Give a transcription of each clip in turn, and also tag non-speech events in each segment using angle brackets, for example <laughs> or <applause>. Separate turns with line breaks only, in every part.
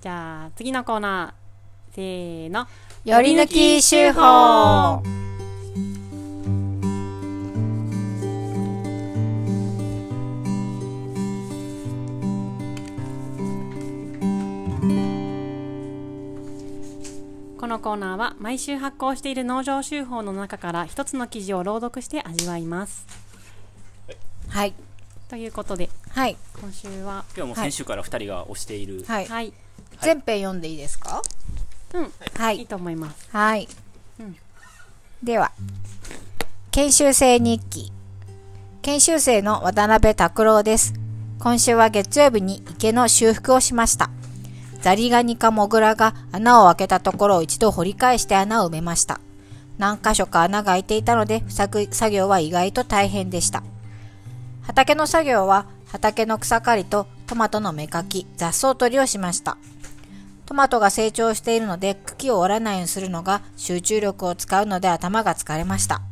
じゃあ次のコーナーせーの
より抜き手法
このコーナーは毎週発行している農場手法の中から一つの記事を朗読して味わいます
はい
ということで
はい
今週は
今日も先週から2人が推している、
はい、
はい
全編読んでいいですか
うん
はい
いいと思います
はい、
うん
では研修生日記研修生の渡辺拓郎です今週は月曜日に池の修復をしましたザリガニかモグラが穴を開けたところを一度掘り返して穴を埋めました何箇所か穴が開いていたので作作業は意外と大変でした畑の作業は畑の草刈りとトマトの芽かき雑草取りをしましたトマトが成長しているので茎を折らないようにするのが集中力を使うので頭が疲れました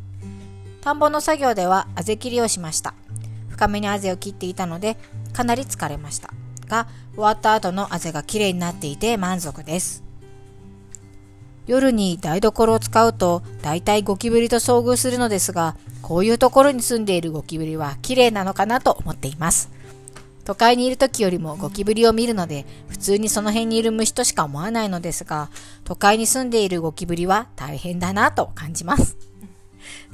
田んぼの作業ではあぜ切りをしました深めにあぜを切っていたのでかなり疲れましたが終わった後のあぜがきれいになっていて満足です夜に台所を使うと大体ゴキブリと遭遇するのですがこういうところに住んでいるゴキブリは綺麗なのかなと思っています都会にいる時よりもゴキブリを見るので普通にその辺にいる虫としか思わないのですが都会に住んでいるゴキブリは大変だなと感じます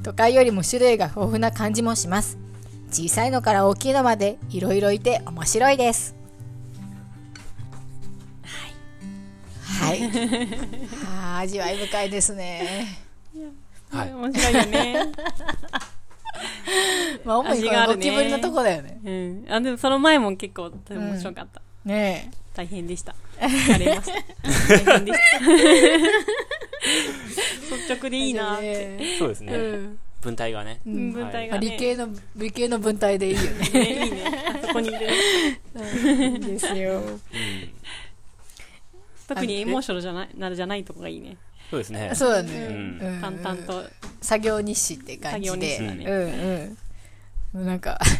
都会よりも種類が豊富な感じもします小さいのから大きいのまでいろいろいて面白いですはいはいあー味わい深いですね
はい
面白いよね
まあ主にこ
味があ
のゴ
るね
キブリのとこだよね
うんあでもその前も結構面白かった、
ね
大変でした疲れました大変でした率直で
え
いいなって、
そうですね、
うん
文体がね、
うん文体
ま
が
あ
ね、
理系の理系の文体でいいよね
ねいいねあそこにいる
ですよ。
うん
特にエモーションじゃないなるじゃないとこがいいね
そうですね
そうだ
う
ね。
ん
うん
淡々と
作業日誌って感じで。
作
業日誌だ
うんうん。なんか。 <laughs>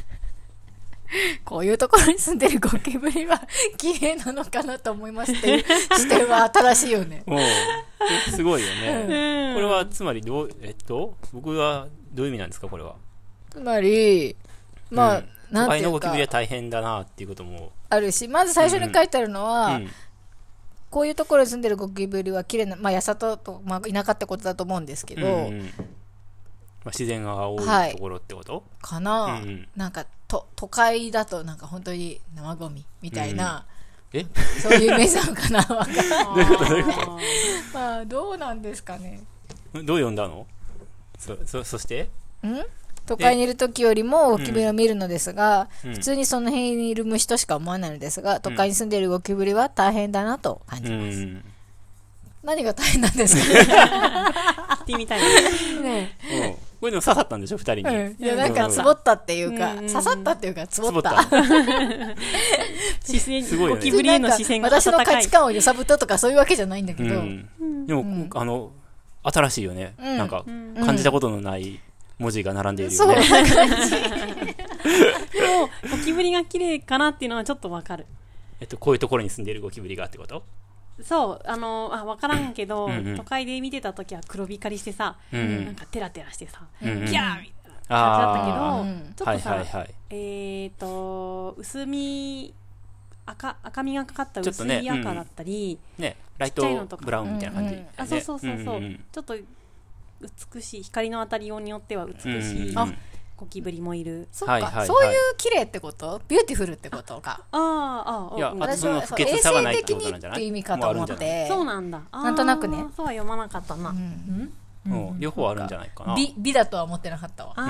こういうところに住んでるゴキブリは綺麗なのかなと思いますっていう視点は新しいよ
<laughs>
ね。
もうすごいよ
こ
ね、これはつまりどうえっと僕はどういう意味なんですかこれは
つまり、まあ、
うん
なんて
倍
い
の
う
ゴキ
か
ブリ、は大変だなっていうことも、
あるし、まず最初に書いてあるの
う
は、
ん、
こういうところに住んでるゴキブリは綺麗な、まあ、やさとと、まあ、田舎ってことだと思うんですけど、
うんうんまあ、自然が多
はい
いところってこと、
かな、
うんうん
なんかと都会だとなんか本当に生ゴミみたいな、
うんうん
そういうイメージなのかなわかんない
どういうことどういうこと
まあどうなんですかね
<laughs> どう読んだのそそそして
ん都会にいる時よりもゴキブリを見るのですが、
うん
普通にその辺にいる虫としか思わないのですが都会に住んでいるゴキブリは大変だなと感
う
じます、
ん
何が大変なんです
<laughs>
か
行ってみたいな
ねね
うんこれでも刺さったんでしょ二人に、
うん、いやなんか
うん
つぼったっていうか、
うん
刺さったっていうかつ
つ
ぼ
ぼ
っ
ったた
視線
<laughs> すごいよ
ゴ
ね
キブリへの視線が
私
温
の
か
価
い
値観を揺さぶったとかそういうわけじゃないんだけど、
うん、でも、
ん
あの新しいよね、
うん
なんか
ん
感じたことのない文字が並んでいる
そ
よ
う
ね、
なんか
でもゴキブリが綺麗かなっていうのはちょっとわかる
えっと、こういうところに住んでいるゴキブリがってこと
そうあのあ分からんけど
うんうん
都会で見てた時は黒光りしてさ、
うんうん
なんかテラテラしてさ、
うんう
ギャー
ん
みたいな
あ
感
ー
じだったけど、ちょっとさ、
はいはいはい
えっ、と薄み赤赤みがかかった
ちょっと
薄
ね
い赤だったり、
ねライ
ちっちゃいの
ト
とか
ブラウンみたいな感じ、
うんうん
あそうそうそうそう、
んん
ちょっと美しい光の当たりようによっては美し
うんう
い
んうん
ゴキブリもいる、
そっか、
はいはいはい
そういう綺麗ってことビューティフルってことか
あーあー
いや
うん
あと
私
その
は
不
衛
潔さが
生
ないって
的
こと
に
なんじゃ
っ
な
て
い
意味かと思っ
もうあるんじゃない
て
そうなんだあー
なんとなくね
そうは読まなかったな、
うん
うん両方あるんじゃないかな
美美だとは思ってなかったわ
ああ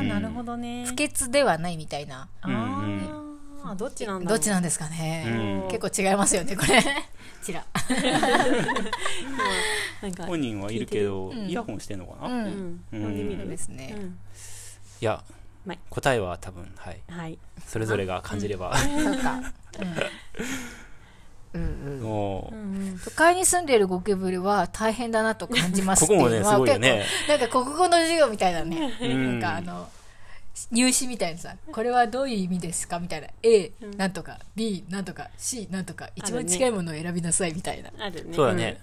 うん
なるほどね
不潔ではないみたいな
あーあどっちなんだろう
どっちなんですかね
うん
結構違いますよねこれ <laughs> ちら
なんか、
本人はいるけど、
うん
イヤホンしてんのかな、
う
い
うんん、読んでみ
そう
る
ですね
うん
や
ない
答えは多分はい
はい
それぞれが感じれば、
そうかうんうんうん
<laughs> もう、
うん
都会に住んでいるゴキブリは大変だな
<laughs>
と感じますっていうのは
ここもねすごいよね
結構なんか国語の授業みたいだね
うん
なんかあの
入試みたいにさこれはどういう意味ですかみたいな A
うん
なんとか B なんとか C なんとか一
あ
番
るね
近いものを選びなさいみたいな、
あるね
そうだね、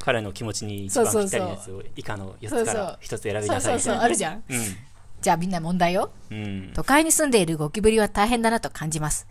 彼の気持ちに一番
そうそう
ぴ
そ
った
う
りのやつを以下の4つか
そうそう
ら一つ選び
そう
なさ
そ
いうみ
そ
た
う
いな
あるじゃんじゃあみんな問題よ
うんうん
都会に住んでいるゴキブリは大変だなと感じます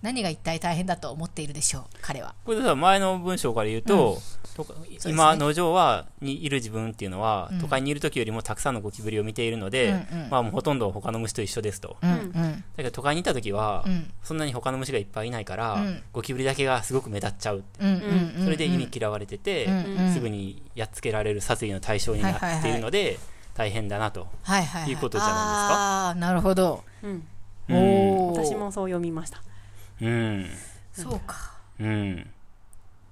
何が一体大変だと思っているでしょう彼は
これさ前の文章から言うと、とか
すね
今農場はにいる自分っていうのは、
うん
都会にいる時よりもたくさんのゴキブリを見ているの
うん
で、
うん
まあもうほとんど他の虫と一緒ですと
うんうん
だけど都会にいた時は、
うん
そんなに他の虫がいっぱいいないから、
うん
ゴキブリだけがすごく目立っちゃう
うんうんうん
それで意味嫌われてて、
うんうん
すぐにやっつけられる殺意の対象になっているので、大変だなと、
はいはいは
いうことじゃないですか
ああーなるほど
うん、
うん
おー
私もそう読みました
うん
そうか
うん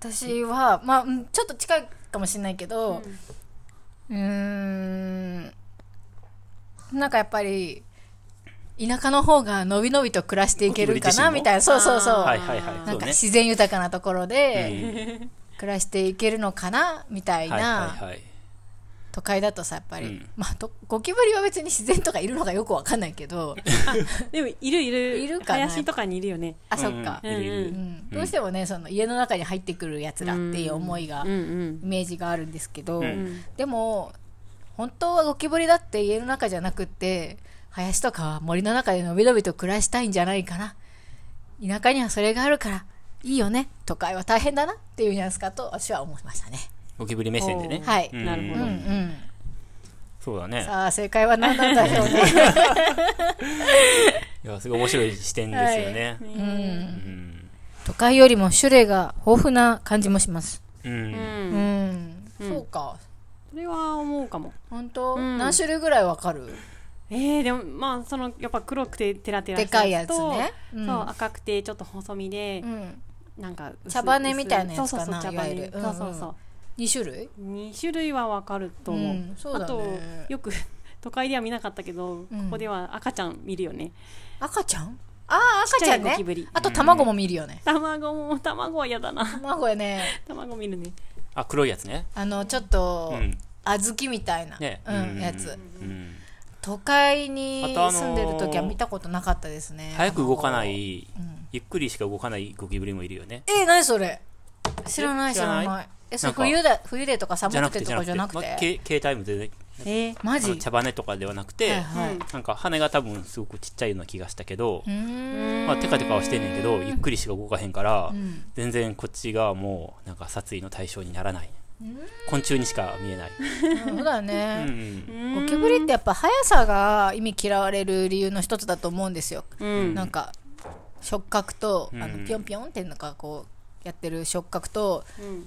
私はまあうんちょっと近いかもしれないけど、
うん
うーんなんかやっぱり田舎の方がのびのびと暮らしていけるか
ゴキブリ自身
な
も
みたいなそうそうそう、
あー
はいはいはい
な
そ
ん
う
か
ね
自然豊かなところで
うん
暮らしていけるのかなみたい
はいはい
な
はい
都会だとさやっぱり、
うん
まあとゴキブリは別に自然とかいるのかよくわかんないけど
でもいるいる
いるかな
林とかにいるよね
あそっか、
うんうんいるいる
うんどうしてもねその家の中に入ってくるやつらっていう思いが、
うん
イメージがあるんですけど、
う
うんん
でも本当はゴキブリだって家の中じゃなくって林とかは森の中でのびのびと暮らしたいんじゃないかな田舎にはそれがあるからいいよね都会は大変だなっていうニュアンスかと私は思いましたね
ゴキブリ目線でね
おー
はい
うん
なるほ
うん
ど、
うん
そうだね
さあ正解は何なんだろうね
いやすごい面白い視点ですよね、
う
うんん
都会よりも種類が豊富な感じもします
うん、
うん、
うん、
そうか
それは思うかも
本当、
うん
何種類ぐらいわかる
えー、でもまあそのやっぱ黒くてテラテラ
で
し
か
た
い
や
や
つ
つ
と
ねうん
そう赤くてちょっと細身で
う、ん、
なんか薄い
茶羽根みたいなやつかな
そうそうそう
い
茶
わ
羽
ゆ
根
る
そうそうそう、
2種類
2種類はわかると思う、
ん、そうだ
あと
ね
よく <laughs> 都会では見なかったけど、
うん
ここでは赤ちゃん見るよね
赤ちゃんああ赤ちゃ
ちっち
ん
ゃいゴ
ね
キブリ
あと卵も見るよね、
卵も卵は嫌だな <laughs>
卵はね
卵見るね
あ黒いやつね
あのちょっと、
うん
小豆みたいな、
ね
うん
うん
やつ
うん
都会に
あとあのー
住んでる時は見たことなかったですね
早く動かな
卵
い、ゆっくりしか動かないゴキブリもいるよね
えー、何それ知らない知
知
ら
ら
な
ないい
えそれ
なんか
冬だ冬でとか寒
じゃな
く
く
て
て
と
じゃな
かじ
くて
ゃなくて
まあけ携帯も全然
えー、
マ
あの
ジ
茶羽根とかではなくて、
はいはい、
うん
なんか羽が多分すごくちっちゃいような気がしたけど
う、ーん
まあ、テカテカはしてんねんけどゆっくりしか動かへんから、
ん
全然こっちがもうなんか殺意の対象にならない昆虫にしか見えない、
そうだ
うん
ね、
うん
ゴキブリってやっぱ速さが意味嫌われる理由の一つだと思うんですよ
うん
なんか触覚と、あ
う
の
ん
ピョンピョンってなんかこうやってる触覚と
うん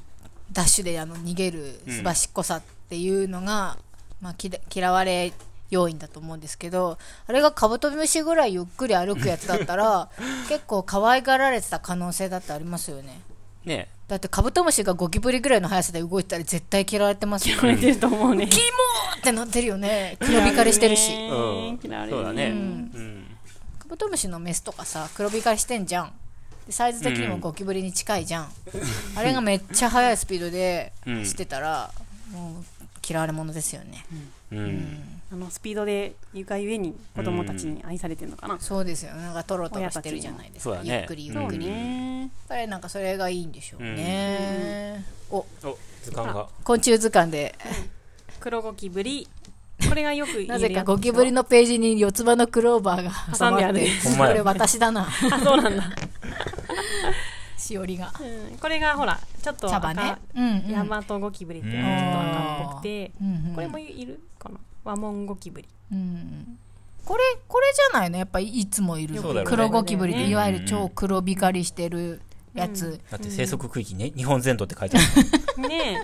ダッシュであの逃げるすばしっこさっていうのが、まあ、きだ嫌われ要因だと思うんですけどあれがカブトムシぐらいゆっくり歩くやつだった <laughs> ら結構可愛がられてた可能性だってありますよね
ね
だってカブトムシがゴキブリぐらいの速さで動いてたら絶 <laughs> 対嫌われてますよ
聞こえてると思うね
キモーってなってるよね黒光りしてるし
嫌われ
う
るね
ん、
嫌われる
そうだね、
う
うんん
カブトムシのメスとかさ黒光りしてんじゃんでサイズ的にもゴキブリに近いじゃん、あれがめっちゃ速いスピードで
うん
走ってたら、もう嫌われ者ですよね、
うん
あのスピードでゆかゆえに子供たちに愛されてるのかな、
そうですよねなんかトロトロしてるじゃないです
そう
か、
だね
ゆっくりゆっ
うん
そう
くり、やっ
ね
ぱりなんかそれがいいんでしょうね、お
お図鑑が
昆虫図鑑で
黒ゴキブリこれがよく言えるや
な
つ
ぜかゴキブリのページに四つ葉のクローバーが挟ま
挟ん
っ
で
て
ある
ほんま
こ
や
れ私だな <laughs>
あそうなんだ、
しおりが
うん、これがほらちょっと
茶
赤
葉ねうんうん
ヤマトゴキブリっていうのがちょっと赤っぽくて、
うんうん
これもいるかな和ンゴキブリ
うんこれこれじゃないのやっぱりいつもいる、
そうだろうね
黒ゴキブリ
そうだよね
でいわゆる超黒光りしてるやつ、
だって生息区域ね日本全土って書いて
<laughs>
ある
ね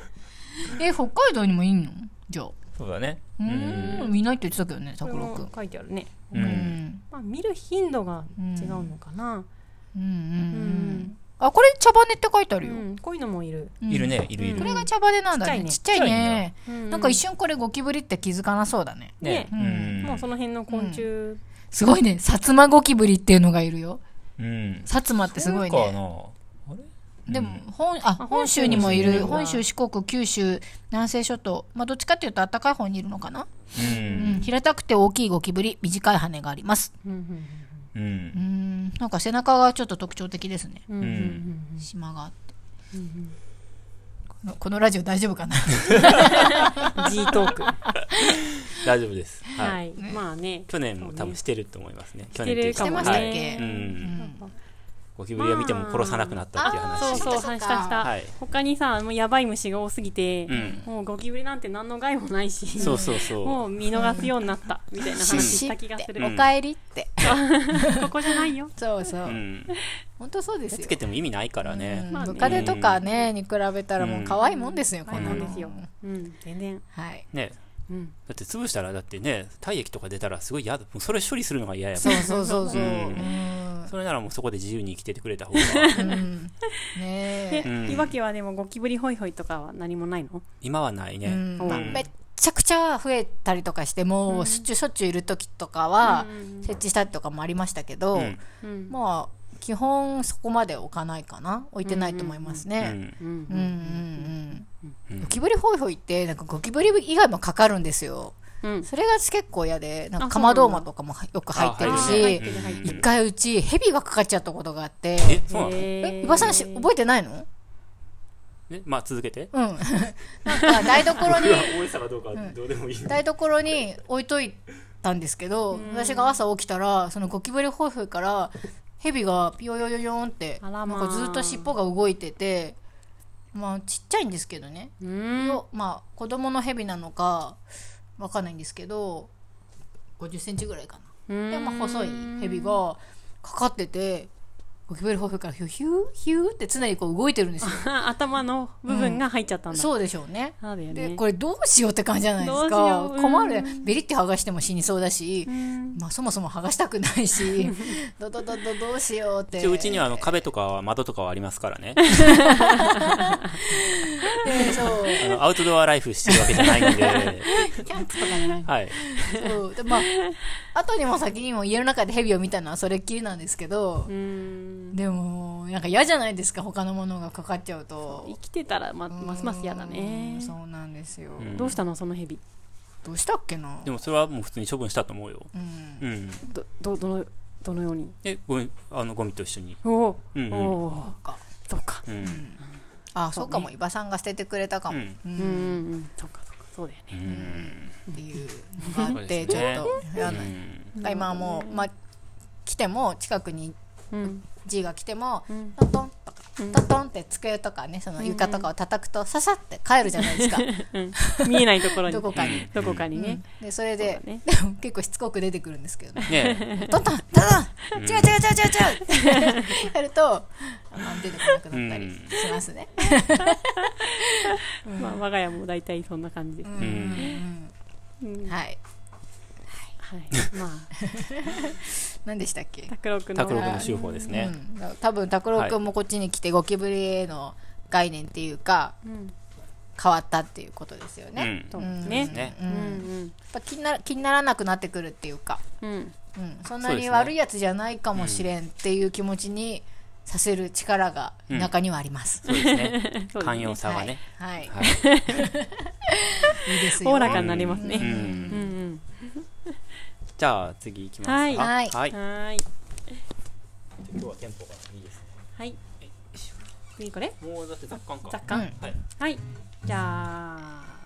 え北海道にもいんのじゃあ
そうだね
うーん見ないって言ってたけどね
えこれ
拓郎く
も書いてあるね、
んう
うん
ん
まあ、見る頻度が違うのかな
うんう
うん
んう
ん、
あこれ茶羽根って書いてあ
う
るよ、
んこういうのもいる、
うん
いるねいるい
うん
る
これが茶羽根なんだね
ち
ちっ
っ
ちゃい
ちっちゃい
ねなんか一
緒
瞬これゴキブリって気づかなそうだね
ね
う
うん
ん
もうその辺の昆虫、
すごいね薩摩ゴキブリっていうのがいるよ
うん
薩摩ってすごい
そうか
ね
なあれ
でも本あ
あ
本州にもいる
本
本
州にもいるんだ
州四国九州南西諸島、まあ、どっちかっていうと暖かい方にいるのかな、
う
うんん、平たくて大きいゴキブリ短い羽があります
うん
う
う
んんなんか背中がちょっと特徴的ですね
うんうんうんうん
島があって
うん
このこのラジオ大丈夫
<laughs>
かな
うん G トーク。
大丈夫ですは
はいい
ね。
まあね。
去年も多分してると思いますね去
て
年
る
し
か
て
も
ま
ね
したっ
う
け、
ん
うん
ゴキブリを見ても殺さなくなったっていう
まあ
そう
話
そう、
そ
した
っか
したした。
はい
他にさ、もうやばい虫が多すぎて、
うん
もうゴキブリなんて何の害もないし、
そうそうそ
もう見逃すようになった、みたいな話
し
した気がする。
うん
おかえりって、
ここじゃないよ。
そうそうう
うん
本当そうです
つ
よ
けても意味ないから
う
ね
ん
まあね
ムカデとかねに比べたらもう可愛いもんですよ、
うん
こんな
可愛いもん
の
ですようん、全然。
はい
ね
うん。
だって潰したらだってね体液とか出たらすごい嫌だもうそれ処理するのが嫌や
そ
もん
うそうそうそう
う
うんん、
それならもうそこで自由に生きててくれた
<laughs>
方が
うん、ねえ
で、
うん
いわけはでもゴキブリホイホイとかは何もないの
今はないね
うん
うん
まあめっちゃくちゃ増えたりとかしてもうしょっちゅうしょっちゅういる時とかは
うん
設置したりとかもありましたけど、
うん
うん。
まあ基本そこまで置かないかな置いてないと思いますね
う
うん
ん
うんうんうん
うん
ゴキブリホイホイってなんかゴキブリ以外もかかるんですよ
うん。
それが結構嫌でなんか
あ
カ
そうな
マ
んだ
ドーマとかもよく入ってる
あ
入
入っ
して
る入って
一
る。
回うちヘビがかかっちゃったことがあって
えそうなの
え、伊庭さんし覚えてないの
えまあ続けて
うん <laughs> なんか台所
<laughs>
に
大げさかどうかどうでもいい
台所に置いといたんですけど、私が朝起きたらそのゴキブリホイホイからヘビがピヨヨヨヨンって
あらまあ
なんかずっと尻尾が動いててまあちっちゃいんですけどね、
えうん。
よまあ子供のヘビなのかわかんないんですけど5 0ンチぐらいかなで、まあ、細いヘビがかかっててゴキブリホイホイからヒューヒューヒューって常にこう動いてるんですよ
<laughs> 頭の部分が入っちゃったんだ。
そうでしょうね
そうだよ
で
ね。
これどうしようって感じじゃないです
どうし
か
よううん
困るねベリって剥がしても死にそうだし、
うん
まあ、そもそも剥がしたくないしどどどどどうしようって
一応うちにはあの壁とかは窓とかはありますから
<laughs>
ね
でそう
あのアウトドアライフしてるわけじゃない
<laughs>
んで
キャンプとかじ
<laughs>
ゃない
はい
そうでまあ後にも先にも家の中でヘビを見たのはそれっきりなんですけど
う、ん。
でもなんか嫌じゃないですか他のものがかかっちゃうと
生きてたらまますます嫌だね
うん。そうなんですよ、
うん
どうしたのそのヘビ。
どうしたっけな
でもそれはもう普通に処分したと思うよ
うん
うん
ど、ど、どの、どのように。
えごめんあのゴミと一緒に
おお。
うん
お
うん
お。
か
そうか。
うん
あそうかも伊庭さんが捨ててくれたかも、
うん
う
うんんうんうん。そうかそうか。そうだよね。
うん
っていうのがあっ
う
て
ん
ちょっと嫌
う
なんだから今はもう、まあ、来ても近くに
うん。
G が来ても、
うん
トントンとか、
うん
トントンって机とかねその床とかを叩くとささって帰るじゃないですか
見えないとこ <laughs> ろに。
どこかに。
どこかにね。
でそれで
そうだね
でも結構しつこく出てくるんですけどね
ね
トントントント <laughs> ン違う違う違う違う違うってやるとあ出てこなくなったりしますね、
<laughs> まあ我が家も大体そんな感じで
う
す。
ん
うん
うんはい
はい。まあ
何でしたっけ、
拓郎くんの。
拓郎君の手法ですね
うん、多分拓郎君もこっちに来てゴキブリへの概念っていうか
うん。
変わったっていうことですよ
う
ね、
ん
そう
うん
ね。
ね
う
うんん
やっぱ気にな気にならなくなってくるっていうか
うんうん。
うん、そんな
そうで
に
すね
悪いやつじゃないかもしれんっていう気持ちにさせる力が中にはあ
<laughs>
ります。
そうですね
そうですね
寛容さがね
はい、はい、
はい
いいですよ。
おおらかになります
う
ね。うん
ん
うん。
じゃあ次行きますか
はい
はい
はい
はーい。
今日はテンポがいいですね
はい。次これ
もうだって雑感か
雑貨
うん
はい
はい。じゃあ、